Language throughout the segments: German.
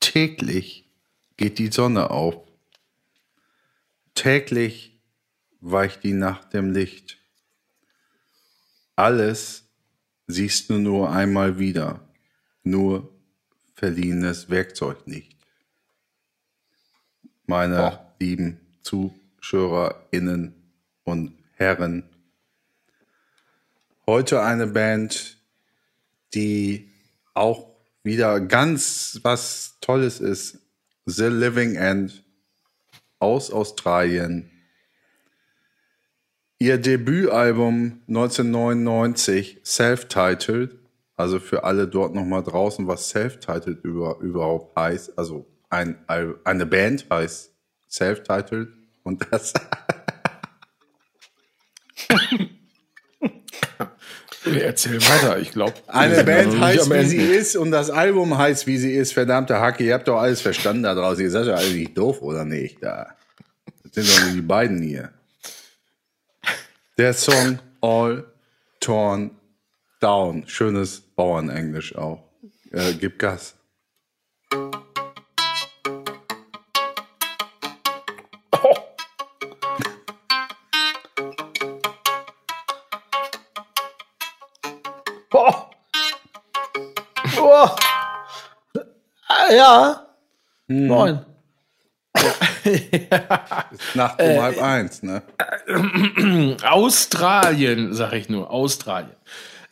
Täglich geht die Sonne auf. Täglich weicht die Nacht dem Licht. Alles siehst du nur einmal wieder, nur verliehenes Werkzeug nicht. Meine Boah. lieben ZuschauerInnen und Herren, heute eine Band, die auch wieder ganz was Tolles ist. The Living End aus Australien. Ihr Debütalbum 1999, Self-Titled, also für alle dort nochmal draußen, was Self-Titled über, überhaupt heißt, also ein, Al- eine Band heißt Self-Titled und das Erzähl weiter, ich glaube. Eine Band heißt, wie sie ist und das Album heißt, wie sie ist. Verdammte Hacke, ihr habt doch alles verstanden da draußen. Ihr seid ja alle nicht doof, oder nicht? Da. Das sind doch nur die beiden hier. Der Song All Torn Down. Schönes Bauernenglisch auch. Äh, gib Gas. Oh. Oh. Ah, Ja. Moin. Nacht Äh, um halb eins, ne? Australien, sag ich nur, Australien.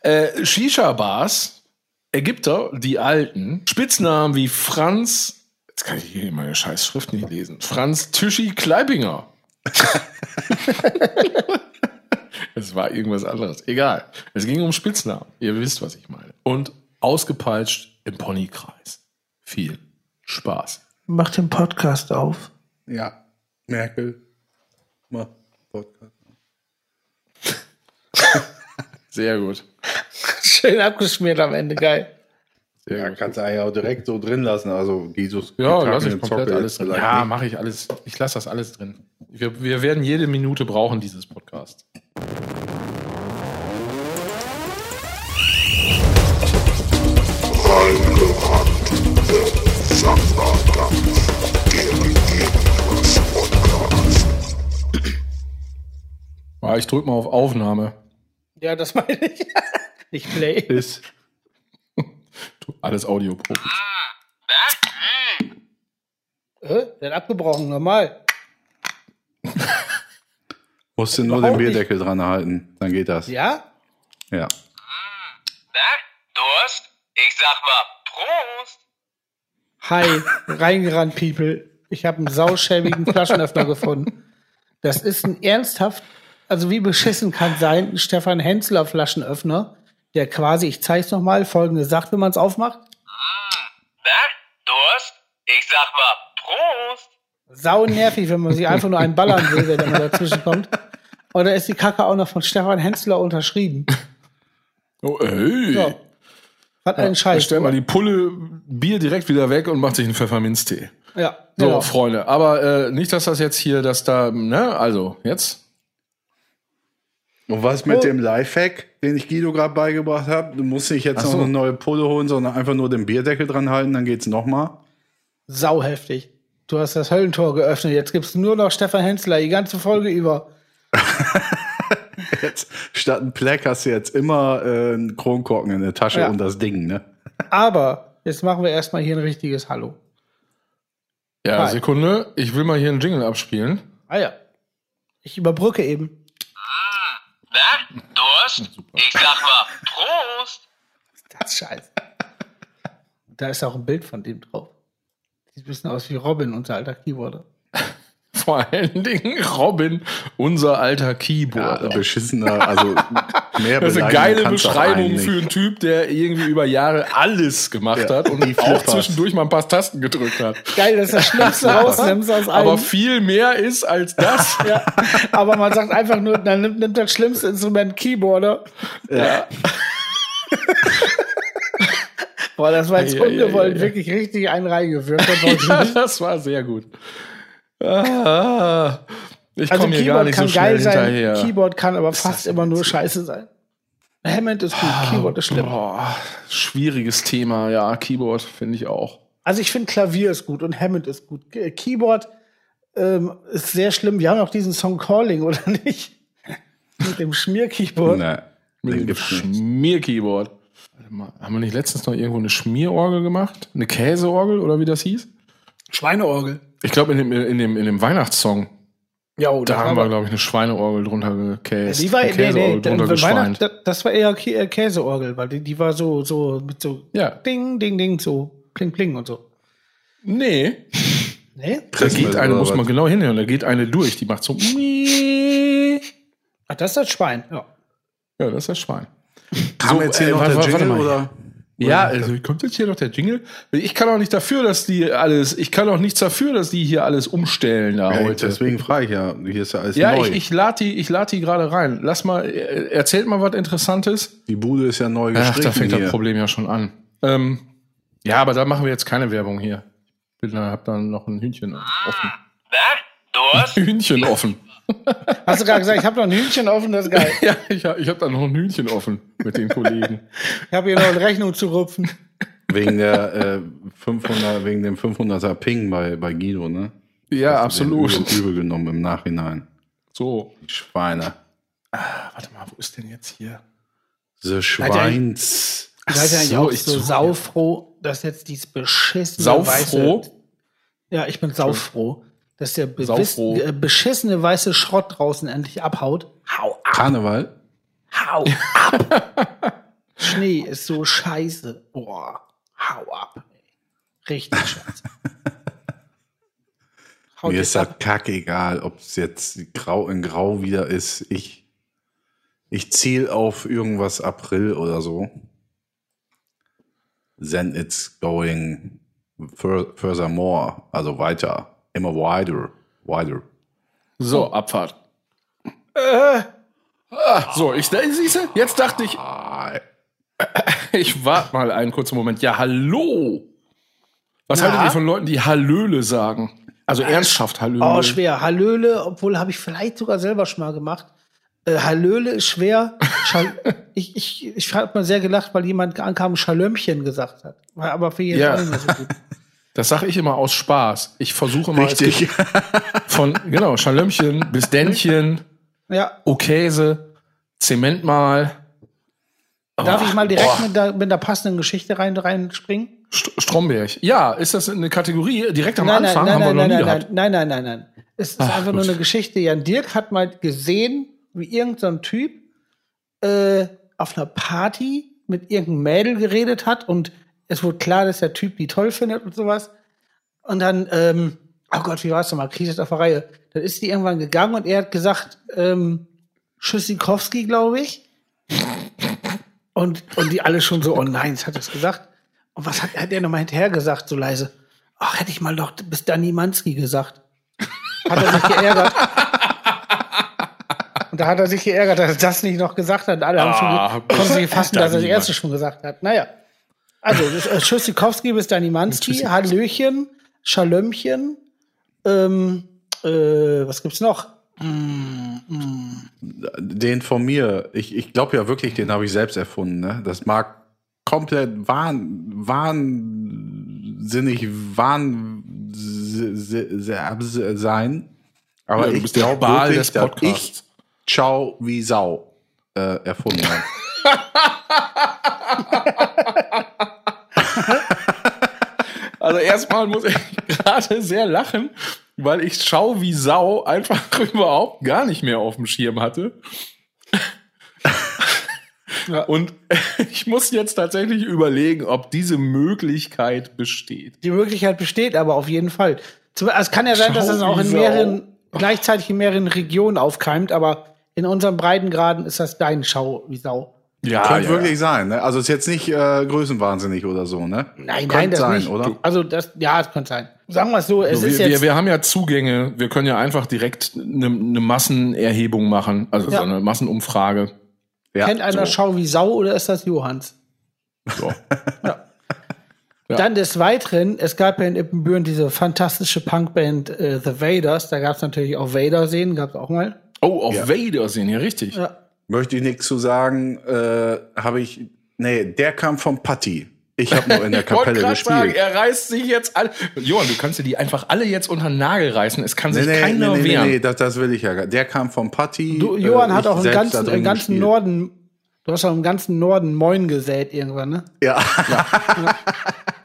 Äh, Shisha-Bars, Ägypter, die Alten, Spitznamen wie Franz, jetzt kann ich hier meine scheiß Schrift nicht lesen, Franz Tischi Kleibinger. es war irgendwas anderes, egal. Es ging um Spitznamen, ihr wisst, was ich meine. Und ausgepeitscht im Ponykreis. Viel Spaß. Mach den Podcast auf. Ja. Merkel. Mach Podcast. Sehr gut. Schön abgeschmiert am Ende, geil. Sehr Ja, gut. kannst du eigentlich auch direkt so drin lassen. Also, Jesus. Ja, Gitarren- lass ich komplett Zocke alles drin. vielleicht Ja, nicht. mache ich alles. Ich lasse das alles drin. Wir, wir werden jede Minute brauchen, dieses Podcast. Ah, Ich drücke mal auf Aufnahme. Ja, das meine ich. Ich play. Ist. Alles Audioprobe. Hä? Dann abgebrochen, normal. Musst du nur den Überhaupt Bierdeckel dran halten. Dann geht das. Ja? ja. Ne? Durst? Ich sag mal Prost! Hi, reingerannt, People. Ich habe einen sauschäbigen Flaschenöffner gefunden. Das ist ein ernsthaft, also wie beschissen kann sein, ein Stefan Hensler Flaschenöffner, der quasi, ich zeig's nochmal, folgende sagt, wenn man es aufmacht. Ne? Durst? Ich sag mal Prost! Sau nervig, wenn man sich einfach nur einen ballern will, wenn man dazwischen kommt. Und da ist die Kacke auch noch von Stefan Hensler unterschrieben. Oh, ey. So. Hat einen Scheiß. Stellt mal die Pulle Bier direkt wieder weg und macht sich einen Pfefferminztee. ja, So, genau. Freunde, aber äh, nicht, dass das jetzt hier, dass da, ne, also, jetzt. Und was mit dem Lifehack, den ich Guido gerade beigebracht habe? Du musst nicht jetzt Ach so. noch eine neue Pulle holen, sondern einfach nur den Bierdeckel dran halten, dann geht's nochmal. Sauheftig. Du hast das Höllentor geöffnet. Jetzt gibt's nur noch Stefan Hensler die ganze Folge über. Jetzt, statt ein Pleck hast du jetzt immer äh, einen Kronkorken in der Tasche Ja. und das Ding, ne? Aber jetzt machen wir erstmal hier ein richtiges Hallo. Ja, Hi. Sekunde, ich will mal hier einen Jingle abspielen. Ah ja. Ich überbrücke eben. Ne? Durst? Ich sag mal Prost! Das ist scheiße. da ist auch ein Bild von dem drauf. Sieht ein bisschen aus wie Robin, unser alter Keyboarder. Vor allen Dingen Robin, unser alter Keyboarder. Beschissener, also mehr das ist eine beleidigen geile kannst du auch Beschreibung eigentlich. für einen Typ, der irgendwie über Jahre alles gemacht Ja, hat und die auch Flippers. zwischendurch mal ein paar Tasten gedrückt hat. Geil, dass das Schlimmste rausnimmst aus allem. Aber viel mehr ist als das. Ja, aber man sagt einfach nur, dann nimmt, nimmt das schlimmste Instrument Keyboarder. ja. Boah, das war jetzt Ja, ja, ja, ungewollt ja. wirklich richtig einen reingeführt. ja, das war sehr gut. Ah, ich komme Also hier gar Keyboard nicht so kann schnell geil sein, hinterher. Keyboard kann aber fast immer nur scheiße sein. Ah. Hammond ist gut, Keyboard ist schlimm. Boah, schwieriges Thema, ja, Keyboard finde ich auch. Also ich finde Klavier ist gut und Hammond ist gut. K- Keyboard ähm, ist sehr schlimm. Wir haben auch diesen Song Calling, oder nicht? Mit dem Schmierkeyboard. Nein, Mit den dem gibt's nicht. Schmierkeyboard. Warte mal, haben wir nicht letztens noch irgendwo eine Schmierorgel gemacht? Eine Käseorgel oder wie das hieß? Schweineorgel. Ich glaube, in dem, in, dem, in dem Weihnachtssong, Ja, oh, oder? da haben wir, glaube ich, eine Schweineorgel drunter gekäst. Die war, eine nee, nee, drunter da- Weihnacht, geschweint. da- das war eher Kä- äh, Käseorgel, weil die, die war so, so, mit so Ja. Ding, Ding, Ding, so, Kling, Kling und so. Nee, Nee? da Christmas geht eine, oder muss was? man genau hinhören, da geht eine durch, die macht so. Mie. Ach, das ist das Schwein, ja. Ja, das ist das Schwein. Kam So, jetzt hier äh, noch warte, der warte, Jingle warte mal. oder? Ja, also kommt jetzt hier noch der Jingle? Ich kann auch nicht dafür, dass die alles, ich kann auch nichts dafür, dass die hier alles umstellen da Ja, heute. Deswegen frage ich ja, hier ist ja alles Ja, neu. ich, ich lade die, ich lad die gerade rein. Lass mal, äh, erzählt mal was Interessantes. Die Bude ist ja neu Ach, gestrichen da fängt hier. das Problem ja schon an. Ähm, ja, aber da machen wir jetzt keine Werbung hier. Ich hab dann noch ein Hühnchen offen. Ah. Wer ne? Durst? Hühnchen offen. Hast du gerade gesagt, ich habe noch ein Hühnchen offen, das ist geil. Ja, ich hab, ich hab da noch ein Hühnchen offen mit den Kollegen. Ich habe hier noch eine Rechnung zu rupfen. Wegen der äh, 500, wegen dem 500er Ping bei, bei Guido, ne? ja, Den absolut. Übel, übel genommen im Nachhinein. So. Die Schweine. Ah, warte mal, wo ist denn jetzt hier? The Schweins. Ah. Ich seid ja eigentlich so, auch ich so zu- saufroh, dass jetzt dieses beschissene Saufroh? weiße... Ja, ich bin saufroh, dass der be- Saufroh. wiss- äh, beschissene weiße Schrott draußen endlich abhaut. Hau ab, Karneval? hau ab. Schnee ist so scheiße. Boah, hau ab. Richtig scheiße. Haut Mir jetzt ist das kackegal, ob es jetzt grau in grau wieder ist. Ich, ich ziel auf irgendwas April oder so. Then it's going fur furthermore, also weiter, immer wider, wider. Oh. So, Abfahrt. Äh, ah, so, ich siehste, jetzt dachte ich, Ah, ich warte mal einen kurzen Moment. Ja, hallo. Was Na? haltet ihr von Leuten, die Hallöle sagen? Also ernsthaft Hallöle. Oh, schwer. Hallöle, obwohl habe ich vielleicht sogar selber schon mal gemacht. Äh, Hallöle ist schwer. Schal ich ich, ich habe mal sehr gelacht, weil jemand ankam, Schalömchen gesagt hat. War aber für jeden Ja. Fall nicht so gut. Das sage ich immer aus Spaß. Ich versuche mal es richtig. gibt von genau Schalömchen bis Dännchen, Ja, Okäse, Zement mal, Oh, darf ich mal direkt mit der, mit der passenden Geschichte rein reinspringen? St Stromberg. Ja, ist das eine Kategorie? Direkt am Nein, nein, Anfang nein, haben nein, wir nein, noch nie nein, nein, gehabt. nein, nein, nein, nein. Es ist Ach, einfach nur gut. eine Geschichte. Jan Dirk hat mal gesehen, wie irgendein Typ äh, auf einer Party mit irgendeinem Mädel geredet hat und es wurde klar, dass der Typ die toll findet und sowas. Und dann, ähm, oh Gott, wie war es nochmal? Krieg ich das auf der Reihe? Dann ist die irgendwann gegangen und er hat gesagt, ähm, Schüssikowski, glaube ich. Und, und die alle schon so, oh nein, es hat das gesagt. Und was hat, hat er nochmal hinterher gesagt, so leise? Ach, hätte ich mal doch bis Dani Manski gesagt. Hat er sich geärgert. Und da hat er sich geärgert, dass er das nicht noch gesagt hat. Alle haben Ah, schon ge- konnten sich fassen, dass er das Dani erste schon gesagt hat. Naja. Also, das, äh, Tschüssikowski bis Dani Manski, Hallöchen, Schalömchen, ähm, äh, was gibt's noch? Mm, Den von mir, ich, ich glaube ja wirklich, den habe ich selbst erfunden. Ne? Das mag komplett wahn, wahnsinnig wahn se- se- se- sein, aber Ja, du ich bist der glaube Baal wirklich, des dass ich Podcasts. Ciao wie Sau äh, erfunden habe. Also erstmal muss ich gerade sehr lachen, weil ich schau wie Sau einfach überhaupt gar nicht mehr auf dem Schirm hatte. Und ich muss jetzt tatsächlich überlegen, ob diese Möglichkeit besteht. Die Möglichkeit besteht aber auf jeden Fall. Zum, also es kann ja sein, dass das auch in Schau, mehreren, gleichzeitig in mehreren Regionen aufkeimt, aber in unseren Breitengraden ist das dein Schau wie Sau. Ah, Ja, Könnte wirklich sein. Ne? Also ist jetzt nicht äh, größenwahnsinnig oder so. Ne? Nein, Könnte nein, das sein, nicht. oder? Also das, ja, es könnte sein. Sagen wir es so, es So, ist Also wir, jetzt. wir, wir haben ja Zugänge, wir können ja einfach direkt eine ne Massenerhebung machen, also Ja. so eine Massenumfrage. Ja, kennt einer so. Schau wie Sau oder ist das Johanns? So. Ja. Dann des Weiteren, es gab ja in Ippenbüren diese fantastische Punkband äh, The Vaders, da gab es natürlich auch Vader sehen, gab es auch mal. Oh, auf Ja. Vader sehen, ja richtig. Ja. Möchte ich nichts zu sagen, äh, habe ich. Nee, der kam von Patti. Ich habe noch in der Ich wollte Kapelle gerade sagen, gespielt. er reißt sich jetzt alle. Johann, du kannst dir die einfach alle jetzt unter den Nagel reißen. Es kann sich keiner wehren. das, das will ich ja gar Der kam vom Patti. Du, äh, Johann hat ich auch im selbst da ganzen, drin im ganzen gespielt. Norden, du hast auch im ganzen Norden Moin gesät irgendwann, ne? Ja.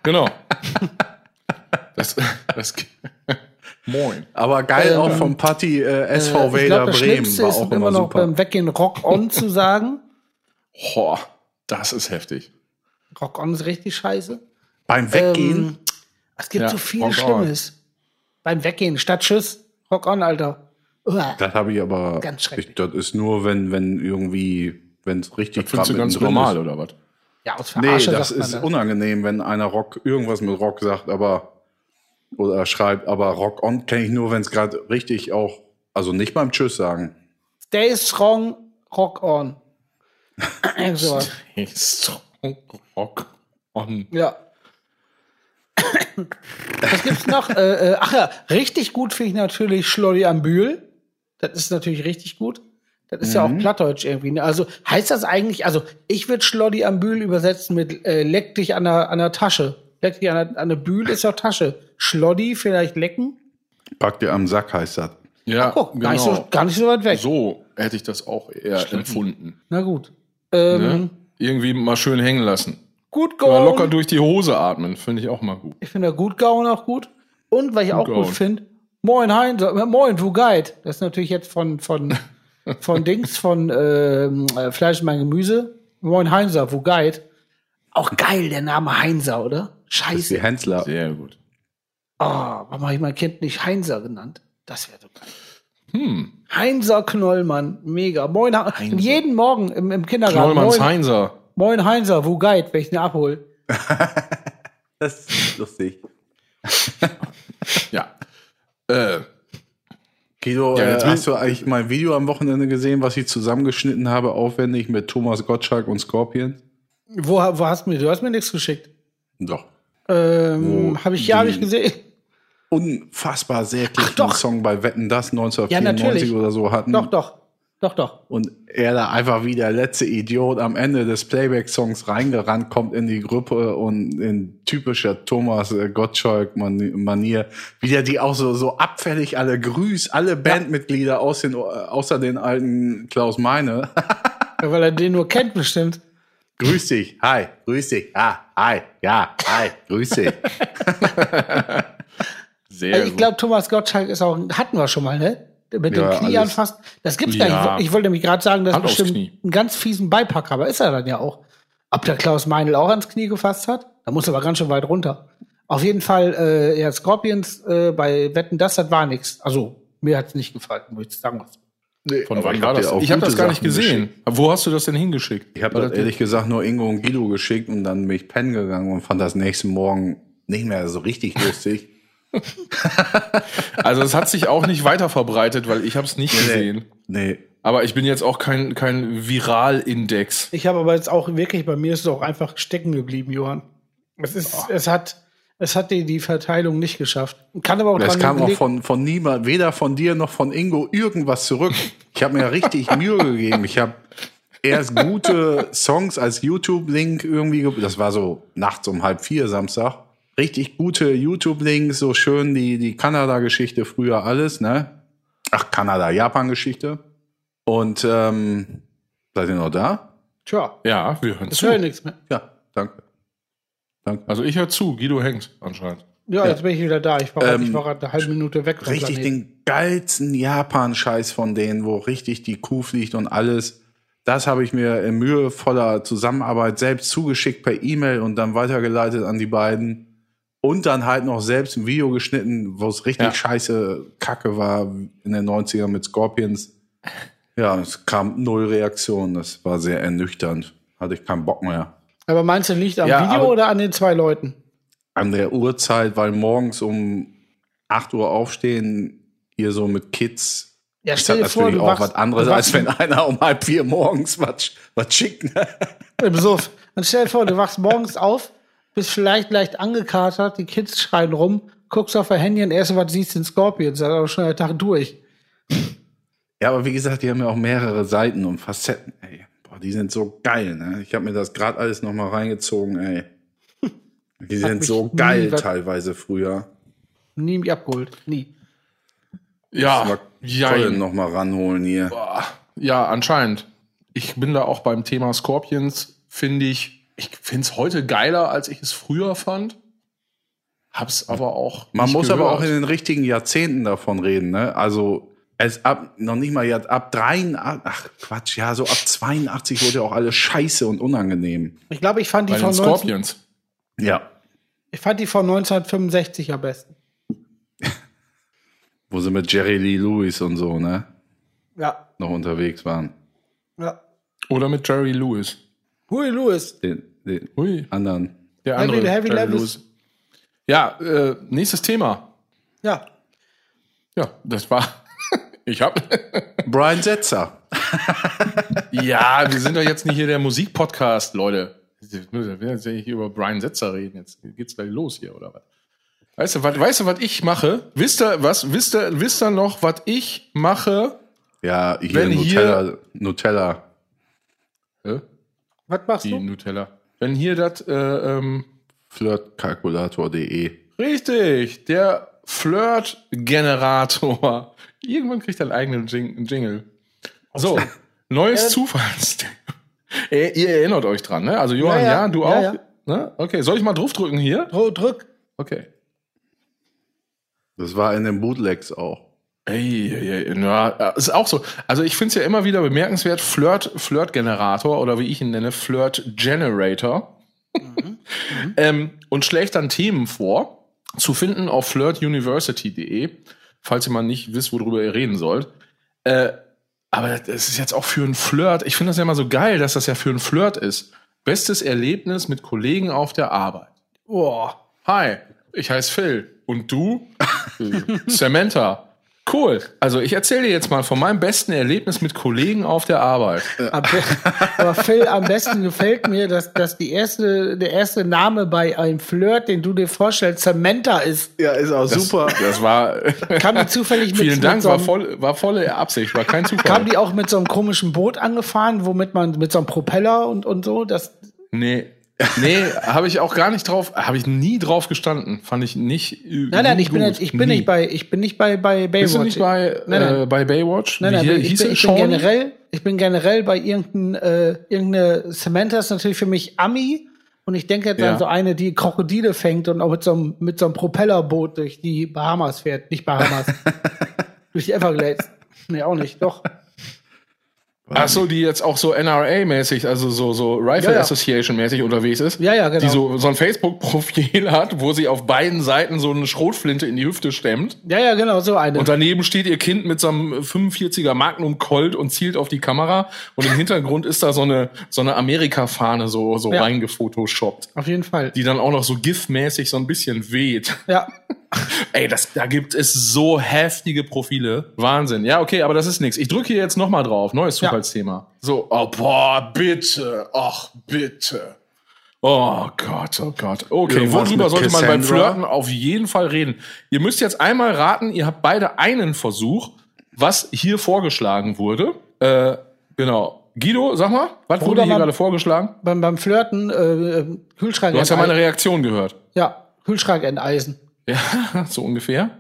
Genau. Das, das, Moin. Aber geil auch vom Patti äh, SV Ähm, ich Werder glaube, das Bremen Schlimmste war ist auch immer immer noch super. beim Weggehen Rock On zu sagen. Boah, das ist heftig. Rock On ist richtig scheiße. Beim Weggehen. Ähm, es gibt Ja, so viel Rock On. Schlimmes. Beim Weggehen statt Tschüss, Rock On, Alter. Uah. Das habe ich aber. Ganz schrecklich. ich, das ist nur, wenn, wenn irgendwie, wenn es richtig Das findest du gerade ganz mittendrin normal, ist. oder was? Ja, aus Nee, Verarsche das sagt man ist das. unangenehm, wenn einer Rock irgendwas mit Rock sagt, aber oder schreibt, aber Rock on kenne ich nur, wenn es gerade richtig auch, also nicht beim Tschüss sagen. Stay strong, Rock On. Irgend sowas. Hey, Strong Rock on. Ja. Was gibt's noch? äh, äh, ach ja, richtig gut finde ich natürlich Schloddy am Bühl. Das ist natürlich richtig gut. Das ist ja Mhm. auch Plattdeutsch irgendwie. Ne? Also heißt das eigentlich, also ich würde Schloddy am Bühl übersetzen mit äh, leck dich an der, an der Tasche. Leck dich an der, an der Bühl ist ja Tasche. Schloddy vielleicht lecken? Pack dir am Sack heißt das. Ja, Guck, genau. gar, nicht so, gar nicht so weit weg. so hätte ich das auch eher empfunden. Na gut. Ähm, Ne? Irgendwie mal schön hängen lassen. Gut Mal locker gehauen. durch die Hose atmen, finde ich auch mal gut. Ich finde gut gehauen auch gut. Und was ich auch gehauen. gut finde, Moin Heinz, äh, Moin, du Guide. Das ist natürlich jetzt von, von, von Dings, von ähm, äh, Fleisch und mein Gemüse. Moin Heinzer, wo Guide. Auch geil, der Name Heinzer, oder? Das ist die Scheiße. Hänsler. Sehr gut. Ah, warum habe ich mein Kind nicht Heinzer genannt? Das wäre so geil. Hm, Heinzer Knollmann, mega. Moin Heinzer. Heinzer. Jeden Morgen im, im Kindergarten. Knollmanns Moin, Heinzer. Moin Heinzer, wo Guide, wenn ich den abhole. Das ist lustig. Ja. Äh, Guido, Ja, jetzt äh, will- hast du eigentlich mein Video am Wochenende gesehen, was ich zusammengeschnitten habe, aufwendig mit Thomas Gottschalk und Scorpion? Wo, wo hast du mir? Du hast mir nichts geschickt. Doch. Wo Ähm, habe ich, ja, habe die- ich gesehen. Unfassbar Ach, doch. säglichen Song bei Wetten Das Ja, 1994 natürlich. oder so Hm. hatten. Doch, doch. Doch, doch. Und er da einfach wie der letzte Idiot am Ende des Playback-Songs reingerannt kommt in die Gruppe und in typischer Thomas äh, Gottschalk-Manier, wie der die auch so, so abfällig alle grüßt, alle Bandmitglieder aus den, äh, außer den alten Klaus Meine. Ja, weil er den nur kennt, bestimmt. grüß dich, hi, grüß dich, ja, hi, ja, hi, grüß dich. sehr Also ich gut. glaube, Thomas Gottschalk ist auch, hatten wir schon mal, ne? Mit Ja, dem Knie alles. anfassen. Das gibt's Ja. gar nicht. Ich wollte nämlich gerade sagen, das ist Hand aufs bestimmt Knie. einen ganz fiesen Beipack, aber ist er dann ja auch. Ob der Klaus Meinl auch ans Knie gefasst hat? Da muss er aber ganz schön weit runter. Auf jeden Fall, äh, ja, Scorpions äh, bei Wetten, das, das war nichts. Also, mir hat's nicht gefallen, muss ich sagen. Von Aber wann ich war hab dir das? auch Ich habe das gute gar nicht Sachen gesehen. Wo hast du das denn hingeschickt? Ich habe War das ehrlich gesagt nur Ingo und Guido geschickt und dann bin ich pennen gegangen und fand das nächsten Morgen nicht mehr so richtig lustig. Also es hat sich auch nicht weiter verbreitet, weil ich habe es nicht gesehen. Nee, Aber ich bin jetzt auch kein, kein Viralindex. Ich habe aber jetzt auch wirklich, bei mir ist es auch einfach stecken geblieben, Johann. Es ist, es hat, es hat die, die Verteilung nicht geschafft. Kann aber auch Das dran kam auch liegen- von, von niemand, weder von dir noch von Ingo irgendwas zurück. Ich habe mir richtig Mühe gegeben. Ich habe erst gute Songs als YouTube-Link irgendwie, ge- das war so nachts um halb vier Samstag, richtig gute YouTube-Links, so schön die, die Kanada-Geschichte früher alles, ne? Ach, Kanada-Japan-Geschichte. Und ähm, seid ihr noch da? Tja, Ja, wir hören jetzt höre ich zu. nichts mehr. Ja, danke. Also ich höre zu, Guido hängt anscheinend. Ja, jetzt bin ich wieder da. Ich war, Ähm, ich war gerade eine halbe Minute weg. vom richtig Planeten. den geilsten Japan-Scheiß von denen, wo richtig die Kuh fliegt und alles. Das habe ich mir in mühevoller Zusammenarbeit selbst zugeschickt per E-Mail und dann weitergeleitet an die beiden. Und dann halt noch selbst ein Video geschnitten, wo es richtig Ja. scheiße Kacke war in den 90ern mit Scorpions. Ja, es kam null Reaktion. Das war sehr ernüchternd. Hatte ich keinen Bock mehr. Aber meinst du, liegt am Ja, Video aber- oder an den zwei Leuten? an der Uhrzeit, weil morgens um 8 Uhr aufstehen, hier so mit Kids. Ja, ist stell das dir vor, natürlich du auch wachst- was anderes, du als wachst- wenn einer um halb vier morgens was, sch- was schickt. ne? Im Suff. Und stell dir vor, du wachst morgens auf, bist vielleicht leicht angekatert, die Kids schreien rum, guckst auf dein Handy und erst was siehst, den Scorpions. Das ist aber schon der Tag durch. Ja, aber wie gesagt, die haben ja auch mehrere Seiten und Facetten, ey. Boah, die sind so geil, ne? Ich habe mir das gerade alles nochmal reingezogen, ey. Die Hat sind mich so nie geil was- teilweise früher. Nie mich abgeholt. Nie. Ja, Tolle jein. noch mal ranholen hier. Boah. ja, anscheinend. Ich bin da auch beim Thema Scorpions, finde ich, ich finde es heute geiler, als ich es früher fand. Hab's aber auch. Man nicht muss aber gehört. auch in den richtigen Jahrzehnten davon reden, ne? Also es ab noch nicht mal jetzt ab 83, ach Quatsch, ja, so ab 82 wurde ja auch alles scheiße und unangenehm. Ich glaube, ich fand die bei von den 19, Scorpions. Ja, ich fand die von 1965 am besten. wo sie mit Jerry Lee Lewis und so, ne, Ja. noch unterwegs waren. ja. Oder mit Jerry Lewis. Huey Lewis. Den, den Hui, anderen. der Heavy- andere. Heavy Jerry Levels. Lewis. Ja, äh, nächstes Thema. Ja. Ja, das war. ich habe. Brian Setzer. ja, wir sind doch jetzt nicht hier der Musikpodcast, Leute. Wir werden jetzt nicht über Brian Setzer reden. Jetzt geht's gleich los hier, oder was? Weißt du, was, weißt du, was ich mache? Wisst ihr, was, wisst ihr, wisst ihr noch, was ich mache? Ja, hier Wenn Nutella, Nutella. Hä? Was machst Die du? Nutella. Wenn hier das, äh, ähm, Flirtkalkulator.de. Richtig, der Flirt-Generator. Irgendwann kriegt er einen eigenen Jing Jingle. So, neues Zufallsthema. Äh, ihr erinnert euch dran, ne? Also Johann, Ja, ja, ja. du Ja, auch. ja. Ne? Okay, soll ich mal draufdrücken hier? Dro- Drück. Okay. Das war in den Bootlegs auch. Ey, ey, ey, na, ist auch so. Also ich finde es ja immer wieder bemerkenswert, Flirt, Flirt-Generator oder wie ich ihn nenne, Flirt-Generator. ähm, und schlägt dann Themen vor, zu finden auf flirtuniversity.de, falls ihr mal nicht wisst, worüber ihr reden sollt. Äh, aber das ist jetzt auch für einen Flirt. Ich finde das ja immer so geil, dass das ja für einen Flirt ist. Bestes Erlebnis mit Kollegen auf der Arbeit. Boah. Hi, ich heiße Phil. Und du? Samantha. Cool. Also ich erzähle dir jetzt mal von meinem besten Erlebnis mit Kollegen auf der Arbeit. Am be- Aber Phil, am besten gefällt mir, dass, dass die erste, der erste Name bei einem Flirt, den du dir vorstellst, Samantha ist. Ja, ist auch super. Das war. Kam die zufällig mit, Vielen mit Dank, so war, einem, voll, war volle Absicht, war kein kam Zufall. die auch mit so einem komischen Boot angefahren, womit man mit so einem Propeller und, und so. Das, Nee. Nee, habe ich auch gar nicht drauf, habe ich nie drauf gestanden. Fand ich nicht. nein, nein, ich bin, jetzt, ich bin nicht bei, ich bin nicht bei, bei Baywatch. Bist du nicht bei, Nein, nein. äh, bei Baywatch? Nein, Wie nein, hier- ich, hieß bin, er? ich bin Sean? generell, ich bin generell bei irgendein, äh, irgendeine Samantha ist natürlich für mich Ami und ich denke jetzt Ja. an so eine, die Krokodile fängt und auch mit so einem, mit so einem Propellerboot durch die Bahamas fährt, nicht Bahamas, durch die Everglades. Nee, auch nicht, doch. Ach so, die jetzt auch so NRA-mäßig, also so, so Rifle Ja, ja. Association-mäßig unterwegs ist. Ja, ja, genau. Die so, so ein Facebook-Profil hat, wo sie auf beiden Seiten so eine Schrotflinte in die Hüfte stemmt. Ja, ja, genau, so eine. Und daneben steht ihr Kind mit so einem 45er Magnum Colt und zielt auf die Kamera. Und im Hintergrund ist da so eine, so eine Amerika-Fahne so, so Ja. reingefotoshoppt, Auf jeden Fall. die dann auch noch so GIF-mäßig so ein bisschen weht. Ja, Ey, das, da gibt es so heftige Profile. Wahnsinn. Ja, okay, aber das ist nichts. Ich drücke hier jetzt nochmal drauf. Neues Ja. Zufallsthema. So, oh, boah, bitte. Ach, bitte. Oh Gott, oh Gott. Okay, Irgendwas worüber mit sollte man beim Cassandra? Flirten auf jeden Fall reden? Ihr müsst jetzt einmal raten, ihr habt beide einen Versuch, was hier vorgeschlagen wurde. Äh, genau. Guido, sag mal, was wurde Bruder, hier man- gerade vorgeschlagen? beim, beim Flirten, äh, äh, Kühlschrank Du hast ja meine enteisen. Reaktion gehört. Ja, Kühlschrank enteisen. Ja, so ungefähr.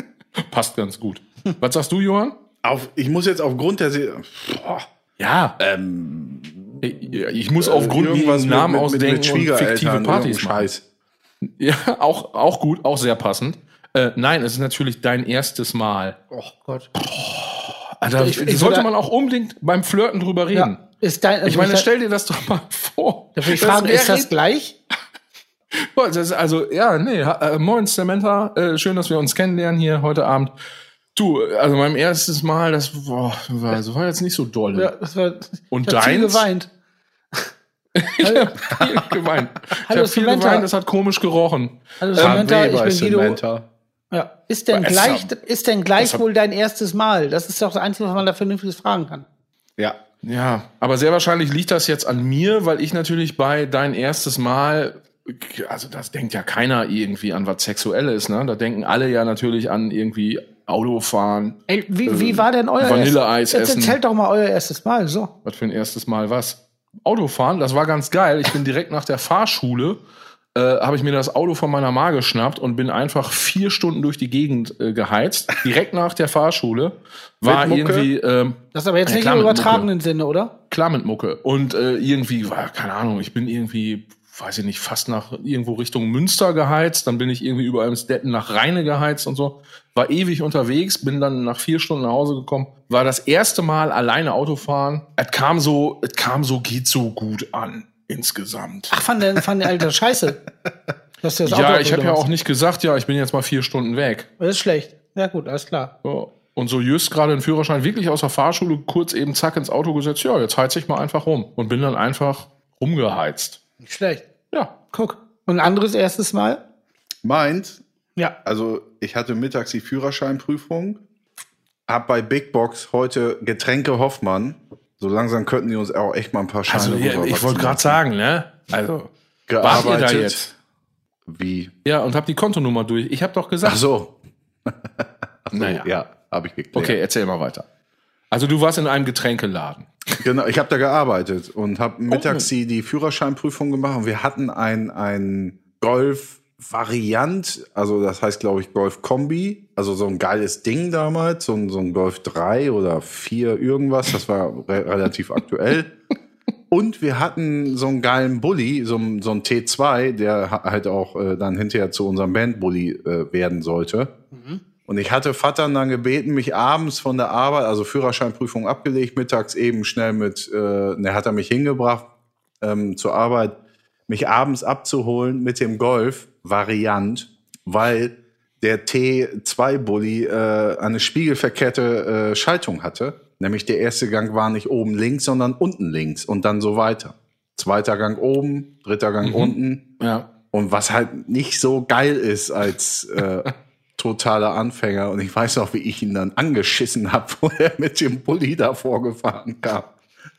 Passt ganz gut. Was sagst du, Johann? Auf, ich muss jetzt aufgrund der Se Boah. Ja. ich, Äh, ich muss Äh, aufgrund Irgendwas irgendwas mit- Namen mit- mit- ausdenken mit und fiktive Schwiegereltern, Partys irgendein machen. Scheiß. Ja, auch, auch gut, auch sehr passend. Äh, nein, es ist natürlich dein erstes Mal. Oh Gott. Alter, Ich- ich sollte würde- man auch unbedingt beim Flirten drüber reden. Ja, Also ist dein, Ich meine, stell dir das doch mal vor. Darf ich Das fragen, ist wäre- das gleich? Boah, das ist also, ja, nee, ha- äh, moin Samantha, äh, schön, dass wir uns kennenlernen hier heute Abend. Du, also mein erstes Mal, das, boah, war, das war jetzt nicht so doll. Ja, das war, Und ich hab viel deins? geweint. Ich habe viel geweint. Ich Hallo, habe viel Samantha. geweint, das hat komisch gerochen. Hallo Ähm, Samantha, ich Weber bin ist Guido. Samantha. Ja. Ist denn Bei gleich, Assam. ist denn gleich Assam. wohl dein erstes Mal? Das ist doch das Einzige, was man da vernünftiges fragen kann. Ja. Ja, aber sehr wahrscheinlich liegt das jetzt an mir, weil ich natürlich bei dein erstes Mal, also das denkt ja keiner irgendwie an was Sexuelles, ne? Da denken alle ja natürlich an irgendwie Autofahren. Ey, wie, wie war denn euer Ähm, Vanilleeis Jetzt essen. erzählt doch mal euer erstes Mal. So. Was für ein erstes Mal was? Autofahren, das war ganz geil. Ich bin direkt nach der Fahrschule äh, habe ich mir das Auto von meiner Ma geschnappt und bin einfach vier Stunden durch die Gegend äh, geheizt. Direkt nach der Fahrschule war Mit Mucke? irgendwie ähm, Das ist aber jetzt Ja, nicht klar, im mit Mucke. übertragenen Sinne, oder? klar mit Mucke. Und äh, irgendwie war, keine Ahnung, ich bin irgendwie, weiß ich nicht, fast nach irgendwo Richtung Münster geheizt, dann bin ich irgendwie über Emsdetten nach Rheine geheizt und so. War ewig unterwegs, bin dann nach vier Stunden nach Hause gekommen, war das erste Mal alleine Autofahren. Es kam so, es kam so, geht so gut an insgesamt. Ach, fand der, fand der Alter scheiße. Dass du das Auto ja, ich habe ja abgeholt auch nicht gesagt, ja, ich bin jetzt mal vier Stunden weg. hast. Das ist schlecht. Ja, gut, alles klar. So. Und so just gerade den Führerschein wirklich aus der Fahrschule kurz eben zack ins Auto gesetzt, ja, jetzt heiz ich mal einfach rum und bin dann einfach rumgeheizt. Nicht schlecht. Ja, Guck. Und ein anderes erstes Mal? Meint, Ja. also ich hatte mittags die Führerscheinprüfung, hab bei Big Box heute Getränke Hoffmann. So langsam könnten die uns auch echt mal ein paar Scheine Also ja, ich rüberwachsen wollte gerade lassen. sagen, ne? Also wart ihr da gearbeitet. jetzt? Wie? Ja, und hab die Kontonummer durch. Ich habe doch gesagt. Ach so, naja. ja, habe ich geklärt. Okay, erzähl mal weiter. Also du warst in einem Getränkeladen. Genau, ich habe da gearbeitet und habe mittags Oh. die, die Führerscheinprüfung gemacht und wir hatten ein, ein Golf-Variant, also das heißt, glaube ich, Golf-Kombi, also so ein geiles Ding damals, so ein, so ein Golf 3 oder 4 irgendwas, das war re relativ aktuell. Und wir hatten so einen geilen Bulli, so, einen- so einen T2, der ha- halt auch äh, dann hinterher zu unserem Bandbully äh, werden sollte. Und ich hatte Vater dann gebeten, mich abends von der Arbeit, also Führerscheinprüfung abgelegt, mittags eben schnell mit, äh, ne, hat er mich hingebracht ähm, zur Arbeit, mich abends abzuholen mit dem Golf-Variant, weil der T2-Bully äh, eine spiegelverkehrte äh, Schaltung hatte. Nämlich der erste Gang war nicht oben links, sondern unten links und dann so weiter. Zweiter Gang oben, dritter Gang unten. Ja. Und was halt nicht so geil ist als äh, totaler Anfänger. Und ich weiß noch, wie ich ihn dann angeschissen habe, wo er mit dem Bulli davor gefahren kam.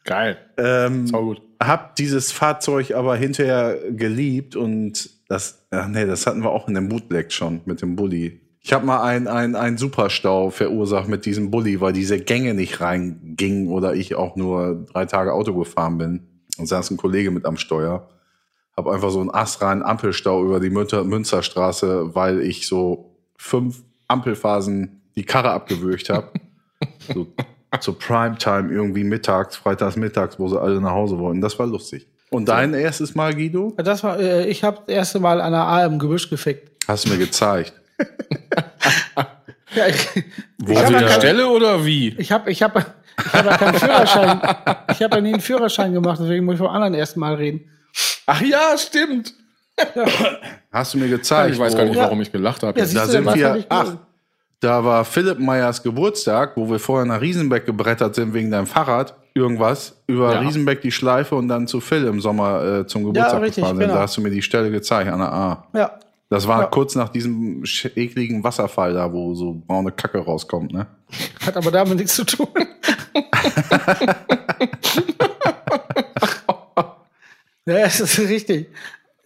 Geil. Ähm, Sau gut. hab dieses Fahrzeug aber hinterher geliebt und das, ach nee, das hatten wir auch in dem Bootleg schon mit dem Bulli. Ich habe mal einen ein, ein Superstau verursacht mit diesem Bulli, weil diese Gänge nicht reingingen oder ich auch nur drei Tage Auto gefahren bin und saß ein Kollege mit am Steuer. Hab einfach so einen astreinen Ampelstau über die Münter, Münsterstraße, weil ich so fünf Ampelphasen die Karre abgewürgt habe. so zur Primetime irgendwie mittags, freitags mittags, wo sie alle nach Hause wollten. Das war lustig. Und dein erstes Mal, Guido, Das war, äh, ich habe das erste Mal an der A im Gebüsch gefickt. hast du mir gezeigt. Ja, ich, Wo Also hab an ja der kein- Stelle oder wie? Ich habe ich hab, ich hab ja keinen Führerschein. Ich habe ja nie einen Führerschein gemacht, deswegen muss ich vom anderen ersten Mal reden. Ach ja, stimmt. hast du mir gezeigt? Ich weiß gar nicht, wo- warum ich gelacht habe. Ja, siehst Da du, sind das hab wir, ich ach, gelesen. da war Philipp Meyers Geburtstag, wo wir vorher nach Riesenbeck gebrettert sind wegen deinem Fahrrad, irgendwas, über Ja. Riesenbeck die Schleife und dann zu Phil im Sommer äh, zum Geburtstag richtig, gefahren sind. genau. Da hast du mir die Stelle gezeigt, an der A. Ja. Das war Ja. kurz nach diesem sch- ekligen Wasserfall da, wo so braune Kacke rauskommt, ne? Hat aber damit nichts zu tun. ja, es ist richtig.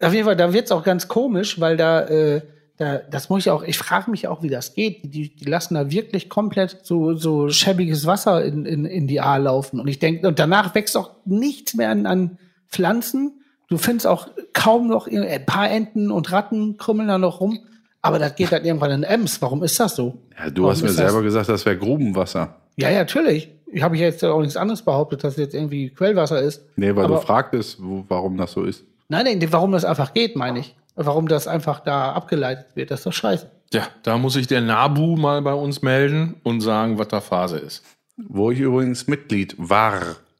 Auf jeden Fall, da wird's auch ganz komisch, weil da, äh, da das muss ich auch, ich frage mich auch, wie das geht. Die- Die, die lassen da wirklich komplett so, so schäbiges Wasser in, in, in die A laufen. Und ich denke, und danach wächst auch nichts mehr an, an Pflanzen. Du findest auch kaum noch ir- ein paar Enten und Ratten krümmeln da noch rum. Aber das geht dann irgendwann in Ems. Warum ist das so? Ja, du Warum hast mir ist das- selber gesagt, Oh, das wäre Grubenwasser. Ja, ja, natürlich. Ich habe ich jetzt auch nichts anderes behauptet, dass es jetzt irgendwie Quellwasser ist. Nee, weil Aber- du fragtest, wo, warum das so ist. Nein, nein, warum das einfach geht, meine ich. Warum das einfach da abgeleitet wird, das ist doch scheiße. Ja, da muss ich der Nabu mal bei uns melden und sagen, was da Phase ist. Wo ich übrigens Mitglied war.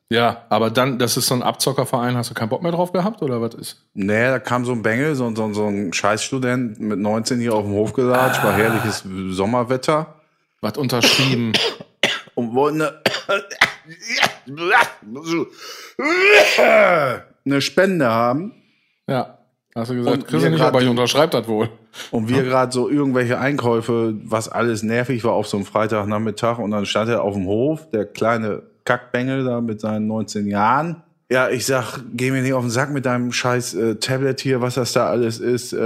Ja, aber dann, das ist so ein Abzockerverein, hast du keinen Bock mehr drauf gehabt oder was ist? Nee, da kam so ein Bengel, so, so, so ein Scheißstudent mit 19 hier auf dem Hof gelatscht, war herrliches Sommerwetter Was unterschrieben? und wollte eine, eine Spende haben. ja. Hast du gesagt, Und kriegst du mir nicht, grad aber ich die- unterschreibe das wohl. Und wir gerade so irgendwelche Einkäufe, was alles nervig war auf so einem Freitagnachmittag. Und dann stand er auf dem Hof, der kleine Kackbengel da mit seinen 19 Jahren. Ja, ich sag, geh mir nicht auf den Sack mit deinem scheiß äh, Tablet hier, was das da alles ist. Äh,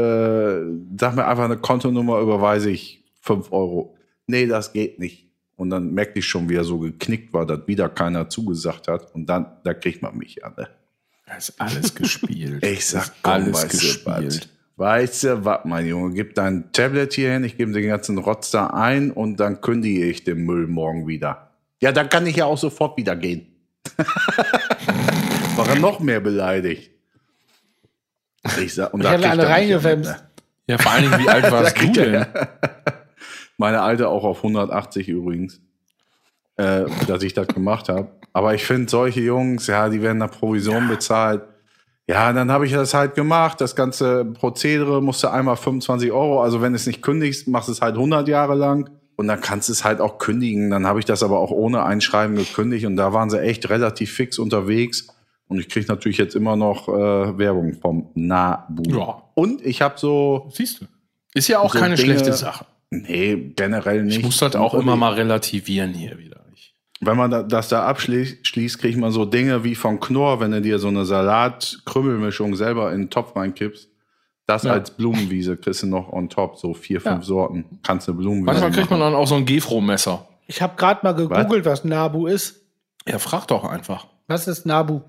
sag mir einfach eine Kontonummer, überweise ich 5 Euro. Nee, das geht nicht. Und dann merkte ich schon, wie er so geknickt war, dass wieder keiner zugesagt hat. Und dann, da kriegt man mich ja. Ne? Da ist alles gespielt. Ich sag, Das komm, ist weißt du was? Weißt du was, mein Junge? Gib dein Tablet hier hin, ich gebe den ganzen Rotz da ein und dann kündige ich den Müll morgen wieder. Ja, dann kann ich ja auch sofort wieder gehen. War er noch mehr beleidigt. Ich sag, und Ich da habe kriegt alle er mich ja reingewemst. mit, ne? Ja, vor allen Dingen, wie alt Da warst du kriegt er denn? ja- Meine alte auch auf 180 übrigens, äh, dass ich das gemacht habe. Aber ich finde, solche Jungs, ja, die werden nach Provision bezahlt. Ja, dann habe ich das halt gemacht. Das ganze Prozedere musste einmal 25 Euro. Also wenn du es nicht kündigst, machst du es halt 100 Jahre lang. Und dann kannst du es halt auch kündigen. Dann habe ich das aber auch ohne Einschreiben gekündigt. Und da waren sie echt relativ fix unterwegs. Und ich kriege natürlich jetzt immer noch äh, Werbung vom Nabu. Ja. Und ich habe so, Siehst du. Ist ja auch So keine Dinge- schlechte Sache. Nee, generell nicht. Ich muss das auch immer mal relativieren hier wieder. Ich, Wenn man da- das da abschließt, schließt, kriegt man so Dinge wie von Knorr, wenn du dir so eine Salat-Krümmelmischung selber in den Topf reinkippst. Das Ja. als Blumenwiese kriegst du noch on top, so vier, fünf Sorten. Kannst eine Blumenwiese. manchmal kriegt man machen. dann auch so ein Gefro-Messer. Ich habe gerade mal gegoogelt, was? Nabu ist. Ja, frag doch einfach. Was ist Nabu?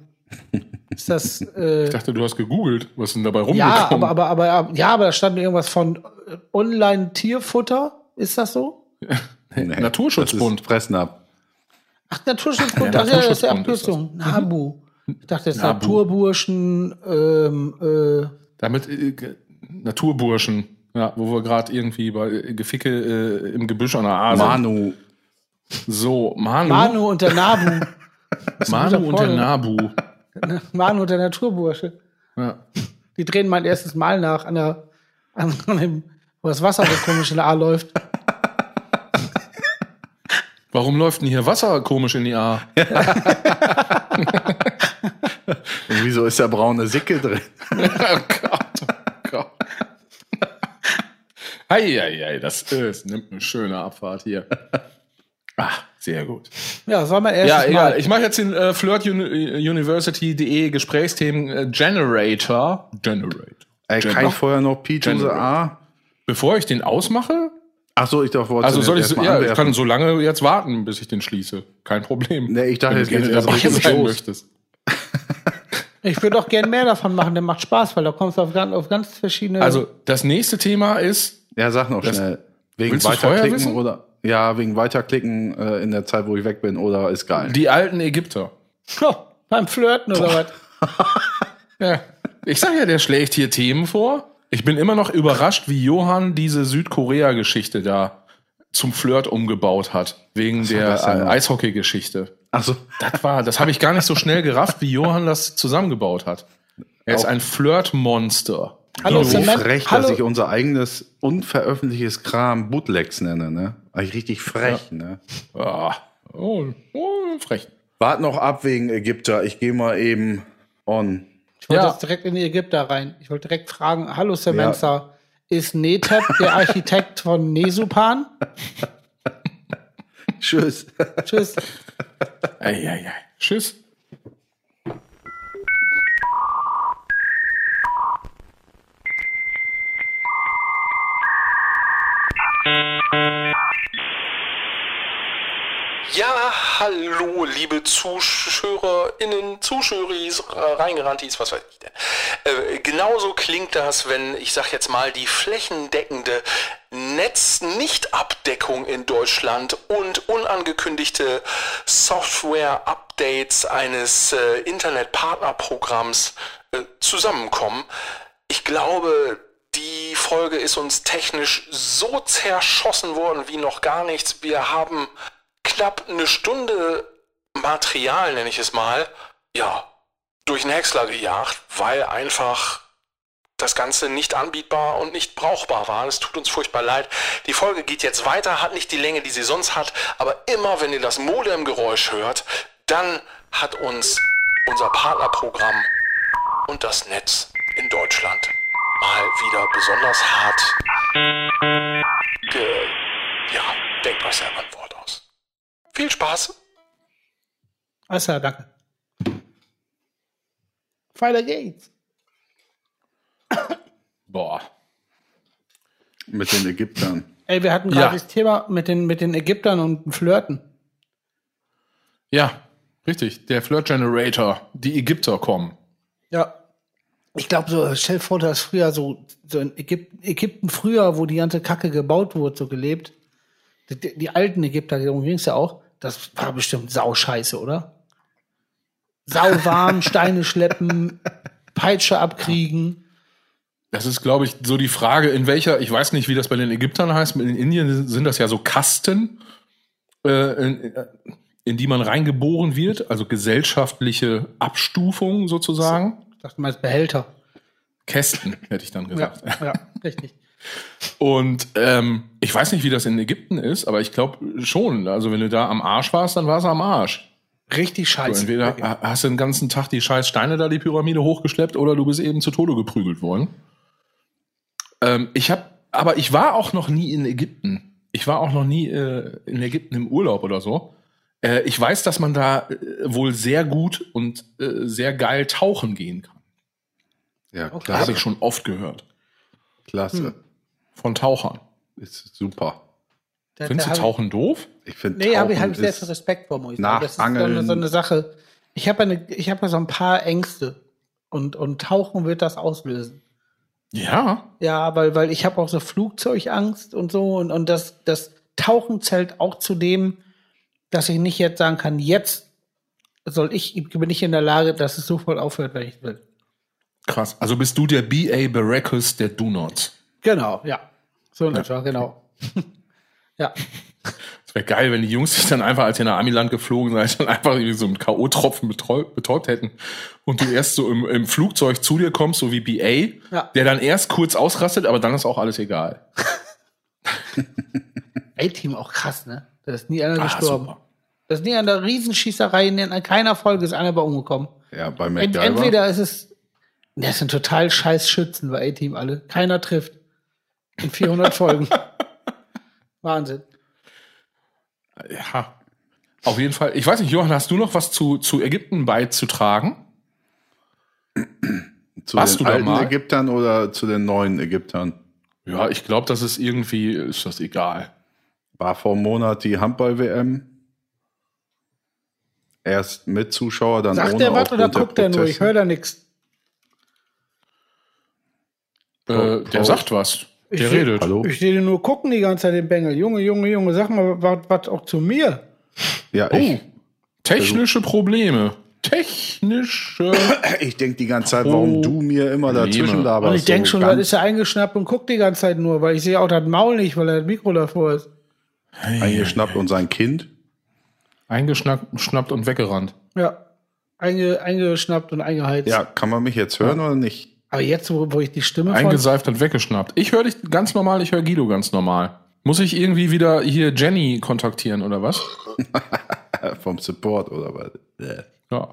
Ist das. Äh, Ich dachte, du hast gegoogelt. Was ist denn dabei ja, rumgekommen? aber, aber, aber, aber, äh, ja, aber da stand mir irgendwas von äh, Online-Tierfutter. Ist das so? Nee, Naturschutzbund. Das ist Fressen ab. Ach, Naturschutzbund, Ja, das, ist ja- das ist die Naturschutzbund ist Abkürzung. Nabu. Ich dachte, das ist Nabu. Naturburschen, ähm, äh, Damit äh, ge- Naturburschen. Ja, wo wir gerade irgendwie bei äh, Geficke äh, im Gebüsch an der A sind. Manu, So, Manu, Manu, Manu und der Nabu. guter und der Porno. Nabu. Manu und der Naturbursche. Ja. Die drehen mein erstes Mal nach an der, an, an dem, wo das Wasser so komisch in der A läuft. Warum läuft denn hier Wasser komisch in die A? Und wieso ist da braune Sicke drin? oh Gott, oh Gott. Eieiei, das ist, nimmt eine schöne Abfahrt hier. Ah, sehr gut. Ja, das war mein erstes Ja, egal. Mal. Ich mache jetzt den äh, flirtuniversity.de Gesprächsthemen äh, Generator. Generator. Ey, Gen- kann ich vorher noch Peach und General. A? Bevor ich den ausmache? Ach so, ich dachte, wollte Also den soll ich, erst so, mal ja, ich anwerfen. kann so lange jetzt warten, bis ich den schließe. Kein Problem. Nee, ich dachte, Wenn jetzt du gerne geht's erst dabei richtig sein los. möchtest. Ich würde auch gerne mehr davon machen, der macht Spaß, weil da kommst du auf ganz, auf ganz verschiedene. Also, das nächste Thema ist, Ja, sag noch Das- schnell. Wegen Willst du vorher weiterklicken wissen? oder ja, wegen weiterklicken äh, in der Zeit, wo ich weg bin oder ist geil. die alten Ägypter. Ja, Oh, beim Flirten oder was? Ja. Ich sag ja, der schlägt hier Themen vor. Ich bin immer noch überrascht, wie Johann diese Südkorea-Geschichte da zum Flirt umgebaut hat. Wegen war der das denn äh, noch? Eishockey-Geschichte. Ach so. Das war, das habe ich gar nicht so schnell gerafft, wie Johann das zusammengebaut hat. Er ist Auch- ein Flirtmonster. Hallo, so Zement. frech, Hallo. dass ich unser eigenes unveröffentlichtes Kram Bootlegs nenne, ne? Eigentlich richtig frech, ne? Ah, oh, oh, frech. Wart noch ab wegen Ägypter. Ich gehe mal eben on. Ich wollte Ja. jetzt direkt in die Ägypter rein. Ich wollte direkt fragen, hallo Semenza, ist Netep der Architekt von Nesupan? Tschüss. Tschüss. Eieiei. Tschüss. Ja, hallo, liebe ZuschauerInnen, Zuschöris, Reingerantis, was weiß ich denn. Äh, genauso klingt das, wenn, ich sag jetzt mal, die flächendeckende Netz-Nicht-Abdeckung in Deutschland und unangekündigte Software-Updates eines äh, Internetpartnerprogramms äh, zusammenkommen. Ich glaube, die Folge ist uns technisch so zerschossen worden wie noch gar nichts. Wir haben knapp eine Stunde Material, nenne ich es mal, ja, durch den Häcksler gejagt, weil einfach das Ganze nicht anbietbar und nicht brauchbar war. Es tut uns furchtbar leid. Die Folge geht jetzt weiter, hat nicht die Länge, die sie sonst hat, aber immer wenn ihr das Modemgeräusch hört, dann hat uns unser Partnerprogramm und das Netz in Deutschland mal wieder besonders hart ge ja, denkt euch selber ein Wort aus. Viel Spaß! Also, danke. Weiter geht's. Boah. Mit den Ägyptern. Ey, wir hatten Ja. gerade das Thema mit den, mit den Ägyptern und dem Flirten. Ja, richtig. Der Flirt Generator. Die Ägypter kommen. Ja. Ich glaube, so, stell dir vor, du hast früher so, so in Ägypten, Ägypten früher, wo die ganze Kacke gebaut wurde, so gelebt. Die, die alten Ägypter, darum ging es ja auch. Das war bestimmt sauscheiße, oder? Sau warm, Steine schleppen, Peitsche abkriegen. Das ist, glaube ich, so die Frage, in welcher, ich weiß nicht, wie das bei den Ägyptern heißt, in Indien sind das ja so Kasten, äh, in, in die man reingeboren wird, also gesellschaftliche Abstufung sozusagen. Ich dachte mal, als Behälter. Kästen, hätte ich dann Ja, gesagt. ja, richtig. Und ähm, ich weiß nicht, wie das in Ägypten ist, aber ich glaube schon. Also wenn du da am Arsch warst, dann warst du am Arsch. Richtig So, scheiße. entweder ha- hast du den ganzen Tag die scheiß Steine da die Pyramide hochgeschleppt oder du bist eben zu Tode geprügelt worden. Ähm, ich habe, aber ich war auch noch nie in Ägypten. Ich war auch noch nie äh, in Ägypten im Urlaub oder so. Äh, ich weiß, dass man da äh, wohl sehr gut und äh, sehr geil tauchen gehen kann. Ja, Da habe Also klasse. ich schon oft gehört Hm. Klasse. von Tauchern. Ist super. Da- Findest da du hab ich- Tauchen doof? Ich finde Nee, habe ich, hab Tauchen ich sehr ist- viel Respekt vor, muss ich nach sagen. Das ist so eine, Angeln- so eine Sache. Ich habe eine, ich habe so ein paar Ängste. Und, und Tauchen wird das auslösen. Ja. Ja, weil, weil ich habe auch so Flugzeugangst und so. Und, und das, das Tauchen zählt auch zu dem, dass ich nicht jetzt sagen kann, jetzt soll ich, bin ich in der Lage, dass es sofort aufhört, wenn ich will. Krass. Also bist du der B.A. Baracus der Do-Nots. Genau, ja. So in etwa, genau. ja. Es wäre geil, wenn die Jungs sich dann einfach, als ihr nach Amiland geflogen seid, dann einfach irgendwie so einen K.O.-Tropfen betäu- betäubt hätten und du erst so im, im Flugzeug zu dir kommst, so wie B.A., Ja. der dann erst kurz ausrastet, aber dann ist auch alles egal. A-Team auch krass, ne? Da ist nie einer Ah, gestorben. super. Da ist nie einer Riesenschießerei, in der- in keiner Folge ist einer bei umgekommen. Ja, bei Ent, MacGyver. entweder ist es, das sind total scheiß Schützen bei A-Team alle. Keiner trifft. In 400 Folgen. Wahnsinn. Ja. Auf jeden Fall. Ich weiß nicht, Johann, hast du noch was zu, zu Ägypten beizutragen? zu warst den du da alten mal? Ägyptern oder zu den neuen Ägyptern? Ja, ich glaube, das ist irgendwie, ist das egal. War vor einem Monat die Handball-WM. Erst mit Zuschauer, dann ohne. Sagt der was auch oder unter guckt der nur? Ich Protesten. höre da nichts. Äh, der Pro- sagt was. Der Ich- redet. Hallo? Ich sehe den nur gucken die ganze Zeit den Bengel. Junge, Junge, Junge, sag mal was- was auch zu mir. Ja, Oh, ich, technische Probleme. Technische. ich denke die ganze Zeit, warum du mir immer dazwischen Probleme. laberst. Und ich denke so schon, was ganz- ist er eingeschnappt und guckt die ganze Zeit nur, weil ich sehe auch das Maul nicht, weil das Mikro davor ist. eingeschnappt und sein Kind. Eingeschnappt schnappt und weggerannt. Ja. Einge, eingeschnappt und eingeheizt. Ja, kann man mich jetzt hören oder nicht? Aber jetzt, wo, wo ich die Stimme von Eingeseift und weggeschnappt. Ich höre dich ganz normal, ich höre Guido ganz normal. Muss ich irgendwie wieder hier Jenny kontaktieren oder was? Äh, vom Support oder was? Äh. Ja.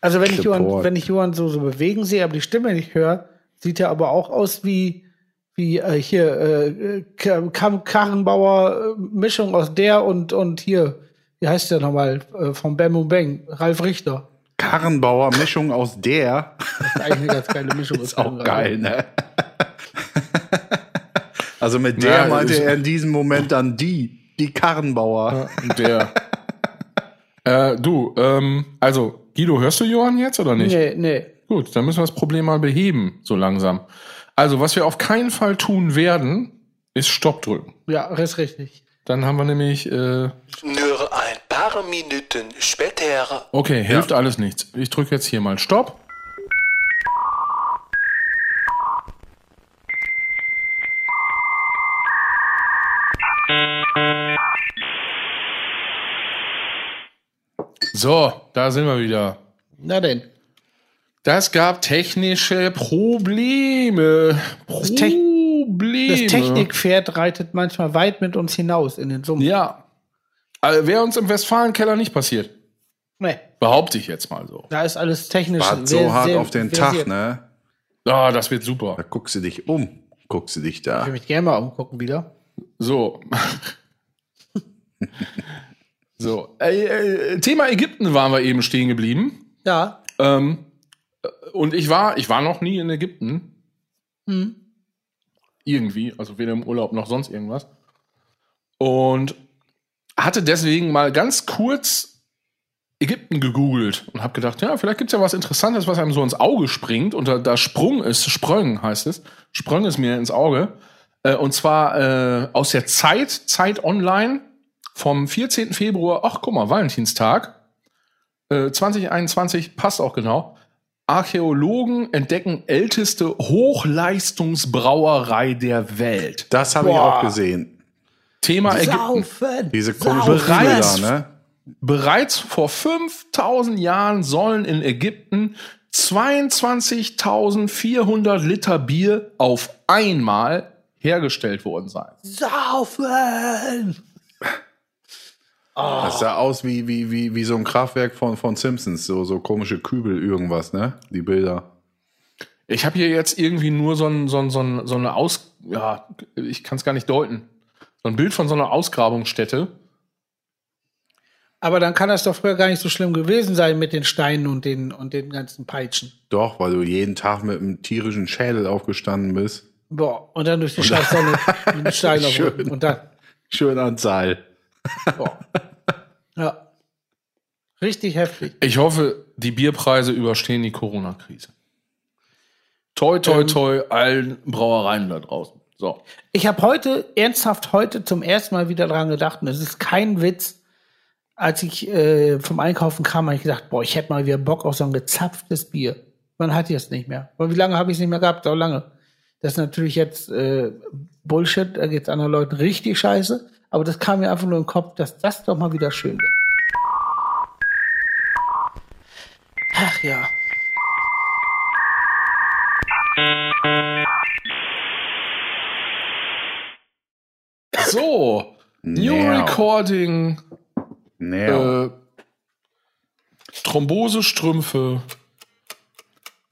Also wenn ich, Johann, Support. wenn ich Johann so, so bewegen sehe, aber die Stimme nicht höre, sieht er aber auch aus wie, wie äh, hier äh, K- Kam Karrenbauer äh, Mischung aus der und, und hier, wie heißt der nochmal, äh, von Bam und Bang, Ralf Richter. Karrenbauer Mischung aus der Das ist eigentlich eine ganz geile Mischung. ist auch geil, ne? also mit der Ja, meinte ist- er in diesem Moment dann die, die Karrenbauer. Und der. äh, du, ähm, also, Guido, hörst du Johann jetzt oder nicht? Nee, nee. Gut, dann müssen wir das Problem mal beheben, so langsam. Also, was wir auf keinen Fall tun werden, ist Stopp drücken. Ja, ist richtig. Dann haben wir nämlich, äh, Nur ein paar Minuten später. okay, hilft alles nichts. Ich drücke jetzt hier mal Stopp. So, da sind wir wieder. Na denn. Das gab technische Probleme. Tech- Probleme. Das Technikpferd reitet manchmal weit mit uns hinaus in den Sumpf. Ja. Also Wäre uns im Westfalenkeller nicht passiert. Nee, Behaupte ich jetzt mal so. da ist alles technisch. War so sehr- hart sehr auf den versiert. Tag, ne? Ah, das wird Da super. guckst du dich um. Guckst du dich Ich will da. mich gerne mal umgucken wieder. So. so. Äh, äh, Thema Ägypten waren wir eben stehen geblieben. Ja, Ähm, äh, und ich war, ich war noch nie in Ägypten. Hm. Irgendwie, also weder im Urlaub noch sonst irgendwas. Und hatte deswegen mal ganz kurz Ägypten gegoogelt und habe gedacht, ja, vielleicht gibt's ja was Interessantes, was einem so ins Auge springt. Und da, da Sprung ist, Spröng heißt es, Spröng ist mir ins Auge. Äh, und zwar äh, aus der Zeit, Zeit Online vom 14. Februar, ach guck mal, Valentinstag äh, 2021, passt auch genau. Archäologen entdecken älteste Hochleistungsbrauerei der Welt. Das habe ich Boah. auch gesehen. Thema Ägypten. Saufen! Diese komische Brille da, Bereits- ne? Bereits vor 5000 Jahren sollen in Ägypten 22.400 Liter Bier auf einmal hergestellt worden sein. Saufen! Das sah aus wie, wie, wie, wie so ein Kraftwerk von, von Simpsons, so, so komische Kübel, irgendwas, ne? Die Bilder. Ich habe hier jetzt irgendwie nur so, ein, so, ein, so, ein, so eine Aus... Ja, ich kann es gar nicht deuten. So ein Bild von so einer Ausgrabungsstätte. Aber dann kann das doch früher gar nicht so schlimm gewesen sein mit den Steinen und den, und den ganzen Peitschen. Doch, weil du jeden Tag mit einem tierischen Schädel aufgestanden bist. Boah, und dann durch die scheiß Sonne mit dem Stein auf dem Schön. Rücken. Und dann, Schön ans Seil. ja. Richtig heftig. Ich hoffe, die Bierpreise überstehen die Corona-Krise. Toi, toi, toi, allen Brauereien da draußen. So. Ich habe heute, ernsthaft heute zum ersten Mal wieder dran gedacht, und es ist kein Witz, als ich äh, vom Einkaufen kam, habe ich gedacht, boah, ich hätte mal wieder Bock auf so ein gezapftes Bier. Wann hatte ich es nicht mehr? Weil wie lange habe ich es nicht mehr gehabt? So lange. Das ist natürlich jetzt äh, Bullshit, da geht es anderen Leuten richtig scheiße. Aber das kam mir einfach nur in den Kopf, dass das doch mal wieder schön wird. Ach ja. So, New Now. Recording, Naja, äh, Thrombosestrümpfe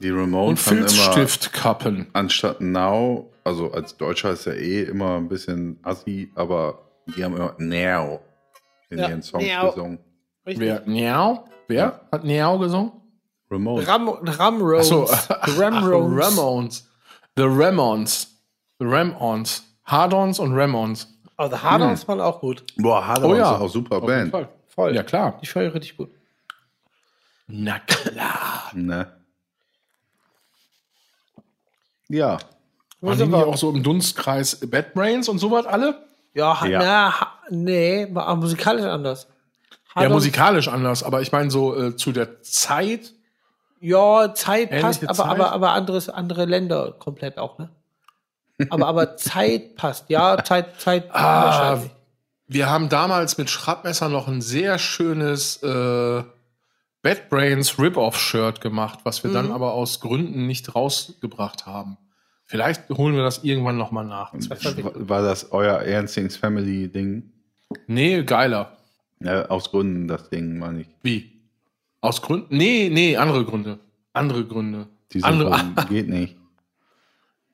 die und Ramones haben immer Filzstiftkappen. anstatt Now, also als Deutscher ist ja eh immer ein bisschen assi, aber die haben immer Now in Ja, ihren Songs Now. gesungen. Wer? Niau? Wer hat Niau gesungen? Ramones. Ram Ramroads. So, äh, Ramroads. Ramones. The Ramones. The Ramones. Hardons und Ramones. Oh, The Hardons waren auch gut. Boah, Hardon Oh ja. ist auch super Auf jeden Band. Fall. Voll. Ja, klar. Ich feiere richtig gut. Na klar. Ne? Ja. Wo Waren die sind nicht wir? auch so im Dunstkreis Bad Brains und sowas alle? Ja, ha- Ja. Na, ha- nee, war aber musikalisch anders. Ja, Hardons- musikalisch anders, aber ich meine so äh, zu der Zeit Ja, Zeit passt, Ähnliche aber, Zeit? aber, aber anderes, andere Länder komplett auch, ne? Aber, aber Zeit passt. Ja, Zeit, Zeit. Ah, wahrscheinlich. wir haben damals mit Schraubmesser noch ein sehr schönes äh, Bad Brains Rip-Off-Shirt gemacht, was wir dann aber aus Gründen nicht rausgebracht haben. Vielleicht holen wir das irgendwann nochmal nach. War war das euer Ernstings Family Ding? Nee, geiler. Ja, aus Gründen das Ding, meine ich. Wie? Aus Gründen? Nee, nee, andere Gründe. Andere Gründe. Diese andere, Gründen geht nicht.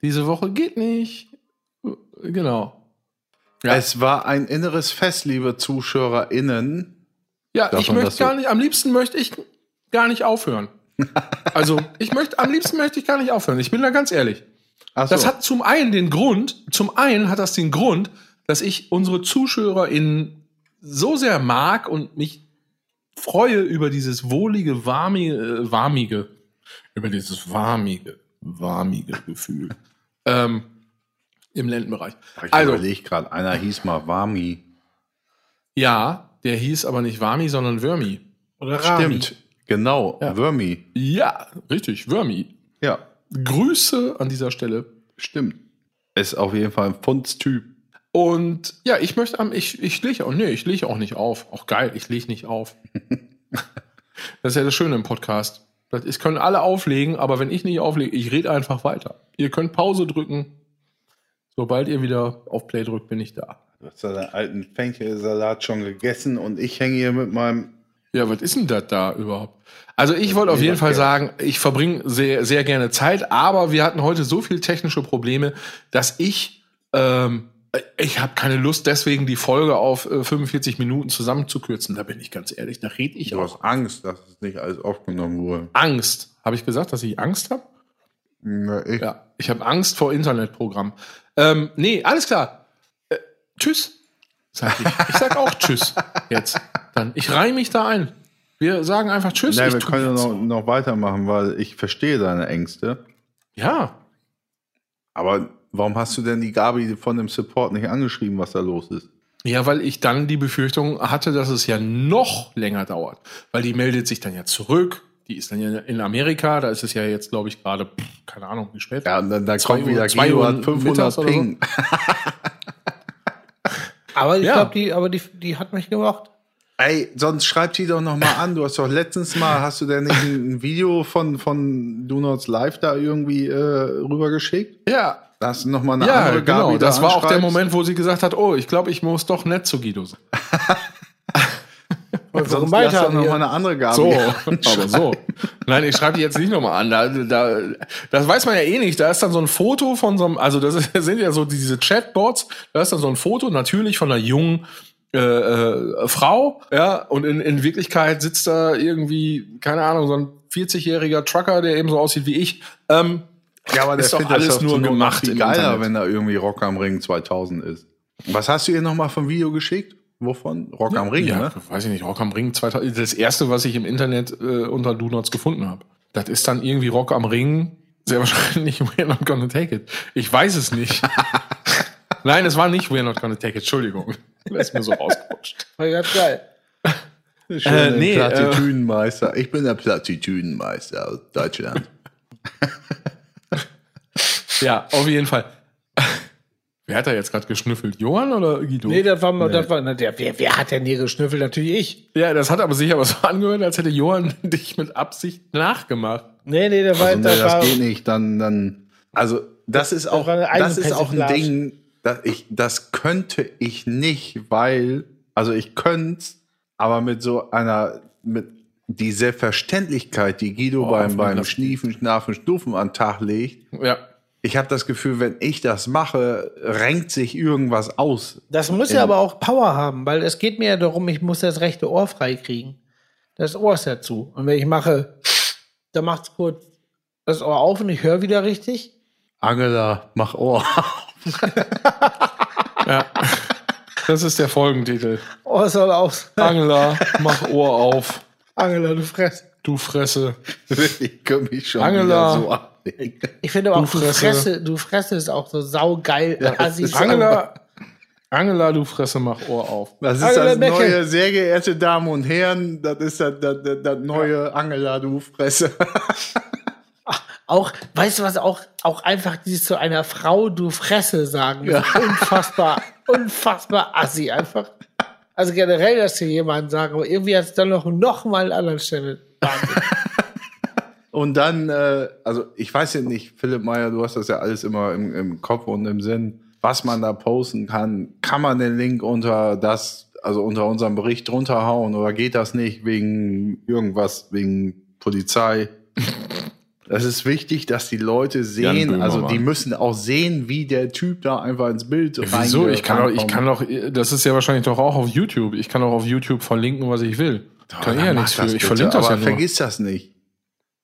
diese Woche geht nicht. Genau. Ja. Es war ein inneres Fest, liebe ZuschauerInnen. Ja, Darf ich man möchte das so- gar nicht, am liebsten möchte ich gar nicht aufhören. Also, ich möchte, am liebsten möchte ich gar nicht aufhören. Ich bin da ganz ehrlich. Ach Das so. hat zum einen den Grund, zum einen hat das den Grund, dass ich unsere ZuschauerInnen so sehr mag und mich freue über dieses wohlige, warmige, äh, warmige über dieses warmige, warmige Gefühl ähm, im Lendenbereich. ich also. also- überlege gerade, einer hieß mal Wami. Ja, der hieß aber nicht Wami, sondern Würmi. Oder Stimmt, genau, Ja. Wurmi. Ja, richtig, Würmi. Ja, Grüße an dieser Stelle. stimmt. Ist auf jeden Fall ein Fundstyp. Und ja, ich möchte am, ich, ich lege auch, nee, ich lege auch nicht auf. Auch geil, ich lege nicht auf. das ist ja das Schöne im Podcast. Das, es können alle auflegen, aber wenn ich nicht auflege, ich rede einfach weiter. Ihr könnt Pause drücken. Sobald ihr wieder auf Play drückt, bin ich da. Du hast ja deinen alten Fenchelsalat schon gegessen und ich hänge hier mit meinem. Ja, was ist denn das da überhaupt? Also ich wollte auf jeden Fall sagen, ich verbringe sehr, sehr gerne Zeit, aber wir hatten heute so viel technische Probleme, dass ich, ähm, ich habe keine Lust, deswegen die Folge auf äh, 45 Minuten zusammenzukürzen. Da bin ich ganz ehrlich, da rede ich Du aus hast Angst, dass es nicht alles aufgenommen wurde. Angst. Habe ich gesagt, dass ich Angst habe? Na, ich, Ja, ich habe Angst vor Internetprogrammen. Ähm, nee, alles klar. Äh, tschüss, sag ich. Ich sag auch Tschüss jetzt. Dann, ich reih mich da ein. Wir sagen einfach Tschüss. Nein, ich wir tu können jetzt noch, noch weitermachen, weil ich verstehe deine Ängste. Ja, Aber warum hast du denn die Gabi von dem Support nicht angeschrieben, was da los ist? Ja, weil ich dann die Befürchtung hatte, dass es ja noch länger dauert. Weil die meldet sich dann ja zurück. Die ist dann ja in Amerika. Da ist es ja jetzt, glaube ich, gerade, pff, keine Ahnung, wie spät. Ja, und dann, dann Zwei kommt Uhr- wieder zwei Guido Uhr hat mittags 500 oder so. Ping. Aber ich Ja. glaube, die, aber die, die hat mich gemacht. Ey, sonst schreib die doch noch mal an. Du hast doch letztens mal, hast du denn nicht ein ein Video von, von Do Nots Live da irgendwie äh, rübergeschickt? ja, Da hast du noch mal eine ja andere Gabi genau. da Das war auch der anschreibst. Moment, wo sie gesagt hat, oh, ich glaube, ich muss doch nett zu Guido sein. Sonst weiter lass doch noch hier. mal eine andere Gabi So, anschreiben. aber so. Nein, ich schreibe die jetzt nicht nochmal an. Da, da, das weiß man ja eh nicht. Da ist dann so ein Foto von so einem, also das ist- sind ja so diese Chatbots, da ist dann so ein Foto natürlich von einer jungen äh, äh, Frau, ja, und in, in Wirklichkeit sitzt da irgendwie, keine Ahnung, so ein 40-jähriger Trucker, der eben so aussieht wie ich. Ähm, Ja, aber der Ist doch findet das alles doch nur zur Not noch gemacht Viel im geiler, Internet. wenn da irgendwie Rock am Ring 2000 ist. Was hast du ihr nochmal vom Video geschickt? Wovon? Rock am Ring, ja, ne? weiß ich nicht, Rock am Ring 2000, das erste, was ich im Internet äh, unter Do Nots gefunden habe. Das ist dann irgendwie Rock am Ring, sehr wahrscheinlich We're Not Gonna Take It. Ich weiß es nicht. Nein, es war nicht We're Not Gonna Take It, Entschuldigung. Das ist mir so rausgerutscht. War ganz geil. Schöne nee, äh, Plattitüdenmeister. Ich bin der Plattitüdenmeister aus Deutschland. äh, Ja, auf jeden Fall. Wer hat da jetzt gerade geschnüffelt? Johann oder Guido? Nee, das war, mal, das war na, der, wer, wer hat denn hier geschnüffelt? Natürlich ich. ja, das hat aber sich aber so angehört, als hätte Johann dich mit Absicht nachgemacht. Nee, nee, der war, Also, nee, das war das geht nicht. Dann, dann, also, das ist auch, war eine eigene das ist auch ein Persiflage. Ding, das, ich, das könnte ich nicht, weil, also ich könnte aber mit so einer, mit die Selbstverständlichkeit, die Guido Oh, beim, auf beim Anlass. Schniefen, Schnafen, Stufen an den Tag legt, Ja. ich habe das Gefühl, wenn ich das mache, renkt sich irgendwas aus. Das muss ja aber auch Power haben, weil es geht mir ja darum, ich muss das rechte Ohr freikriegen. Das Ohr ist ja zu. Und wenn ich mache, dann macht's kurz das Ohr auf und ich höre wieder richtig. Angela, mach Ohr. Das ist der Folgentitel. Ohr soll auf. Angela, mach Ohr auf, Angela, du Fresse. du Fresse. ich kann mich schon Angela. wieder so ablegen. Ich finde aber auch, Du du Fresse. Fresse. du Fresse ist auch so saugeil. assi. Angela, Angela, du Fresse, mach Ohr auf. Das ist Angela das Merkel. neue, sehr geehrte Damen und Herren, das ist das, das, das, das neue Angela, du Fresse. Auch, weißt du was, auch, auch einfach dieses zu einer Frau, du Fresse sagen. Das ist Unfassbar, unfassbar assi einfach. Also generell, dass dir jemanden sagen, aber irgendwie hat es dann noch, noch mal einen anderen Stelle. Wahnsinn. Und dann, äh, also ich weiß ja nicht, Philipp Meyer, du hast das ja alles immer im, im Kopf und im Sinn, was man da posten kann. Kann man den Link unter das, also unter unserem Bericht drunter hauen oder geht das nicht wegen irgendwas, wegen Polizei? Das ist wichtig, dass die Leute sehen, Böhmermann. also die müssen auch sehen, wie der Typ da einfach ins Bild Wieso? Ich kann, doch, ich reinkommt. kann doch, das ist ja wahrscheinlich doch auch auf YouTube. Ich kann auch auf YouTube verlinken, was ich will. Kann ich ja Dann mach nichts für. das Ich bitte, verlinke das aber ja nur. vergiss das nicht.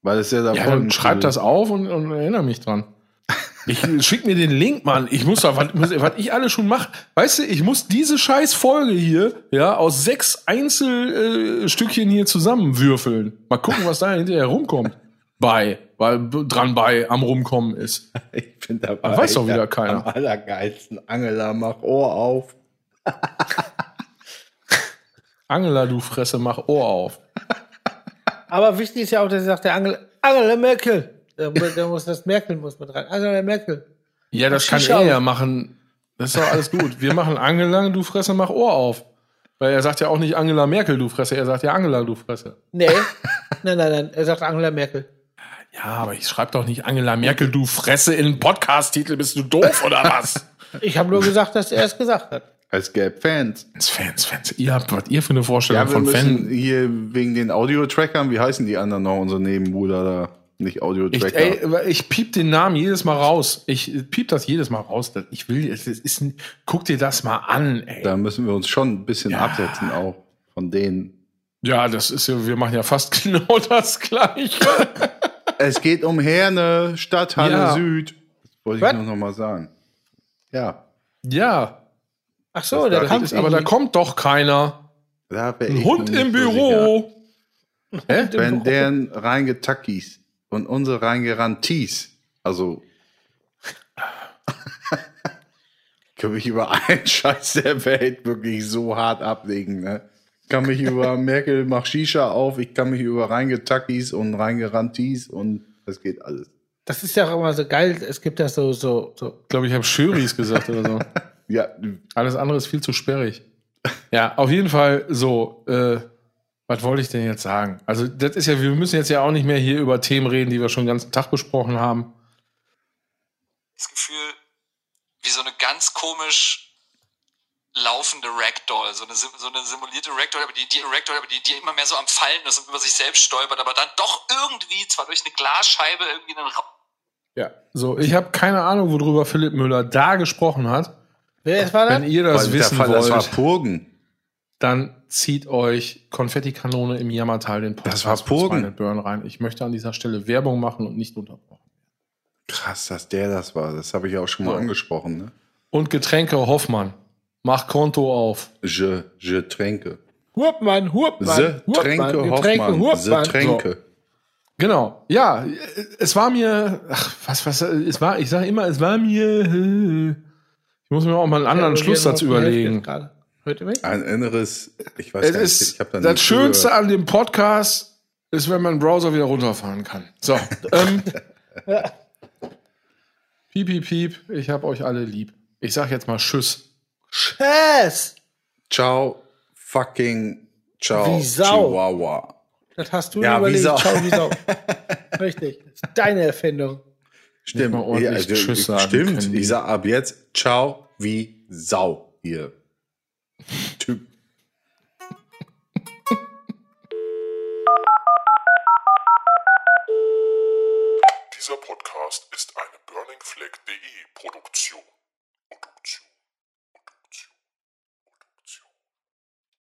Weil es ja da ja, dann folgendes schreib ist. das auf und, und erinnere mich dran. Ich schick mir den Link, Mann. Ich muss da, was, muss- was ich alles schon mache. Weißt du, ich muss diese scheiß Folge hier, ja, aus sechs Einzelstückchen äh, Stückchen hier zusammenwürfeln. Mal gucken, was da hinterher rumkommt. Bei, weil b- dran bei am rumkommen ist. Ich bin dabei. Da weiß doch wieder Am keiner. allergeilsten. Angela, mach Ohr auf. Angela, du Fresse, mach Ohr auf. Aber wichtig ist ja auch, dass er sagt, der Angel, Angela Merkel. Da, mu- da muss das Merkel muss mit rein. Angela Merkel. Ja, das kann Shisha er ja machen. Das ist doch alles gut. Wir machen Angela, du Fresse, mach Ohr auf. Weil er sagt ja auch nicht Angela Merkel, du Fresse, er sagt ja Angela, du Fresse. Nee. nein, nein, nein. Er sagt Angela Merkel. Ja, aber ich schreibe doch nicht Angela Merkel, du Fresse in einen Podcast-Titel, bist du doof oder was? Ich habe nur gesagt, dass er es gesagt hat. Es gäbe Fans. Fans, Fans, Fans. Ihr habt was ihr für eine Vorstellung Ja, wir von müssen Fans. hier wegen den Audio-Trackern, wie heißen die anderen noch, unsere Nebenbruder da? Nicht Ich, Audio-Tracker. ey, ich piep den Namen jedes Mal raus. Ich piep das jedes Mal raus. Ich will, es ist ein, guck dir das mal an, ey. Da müssen wir uns schon ein bisschen absetzen auch von denen. Ja, das ist ja, wir machen ja fast genau das Gleiche. Es geht um Herne, Stadthalle Ja. Süd. Das wollte Was? ich nur noch mal sagen. Ja, ja, Ach so, Das da war kam richtig, aber da kommt doch keiner. da wär Ein ich Hund mir im nicht so sicher. Büro. Hä? Wenn deren reingetuckis und unsere reingerantis, also kann mich über einen Scheiß der Welt wirklich so hart ablegen, ne? Kann mich über Merkel mach Shisha auf, ich kann mich über reingetuckis und reingerantis und das geht alles. Das ist ja auch immer so geil. Es gibt ja so, so, so. Ich glaube, ich habe Schöris gesagt oder so. Ja, Alles andere ist viel zu sperrig. Ja, auf jeden Fall so. Äh, was wollte ich denn jetzt sagen? Also, das ist ja, wir müssen jetzt ja auch nicht mehr hier über Themen reden, die wir schon den ganzen Tag besprochen haben. das Gefühl, wie so eine ganz komisch laufende Ragdoll, so eine, sim- so eine simulierte Ragdoll, aber die, die Ragdoll, aber die, die immer mehr so am Fallen ist und über sich selbst stolpert, aber dann doch irgendwie, zwar durch eine Glasscheibe, irgendwie einen Raum. Ja. So, ich habe keine Ahnung, worüber Philipp Müller da gesprochen hat. Wer ist war Wenn das? ihr das weil wissen das war wollt, Purgen. dann zieht euch Konfettikanone im Jammertal den Podcast Das war Pogen. von Burn rein. Ich möchte an dieser Stelle Werbung machen und nicht unterbrochen. Krass, dass der das war. Das habe ich ja auch schon mal angesprochen, ne? Und Getränke Hoffmann. Mach Konto auf. Je, je tränke. Hurpmann, Hurpmann. Se tränke Hurpmann, Getränke, Hoffmann. Se Hurpmann. tränke. Genau, ja, es war mir, ach, was, was, es war, ich sage immer, es war mir, äh, ich muss mir auch mal einen anderen Ja, Schlusssatz wir haben noch die Hälfte überlegen. gerade. Hört ihr mich? Ein inneres, ich weiß Es gar nicht, ist, ich habe da das nicht Schönste zugehört. an dem Podcast ist, wenn man den Browser wieder runterfahren kann. So, ähm, piep, piep, piep, ich hab euch alle lieb. Ich sag jetzt mal Tschüss. Tschüss. Ciao, fucking, ciao, Wie Sau. Chihuahua. Das hast du Ja, dir wie überlegt. Sau. Ciao, wie Sau. Richtig. Das ist deine Erfindung. Stimmt, mal ordentlich also, Tschüss sagen stimmt. können, die. ich sag ab jetzt, ciao, wie Sau, ihr Typ. Dieser Podcast ist eine burningfleck.de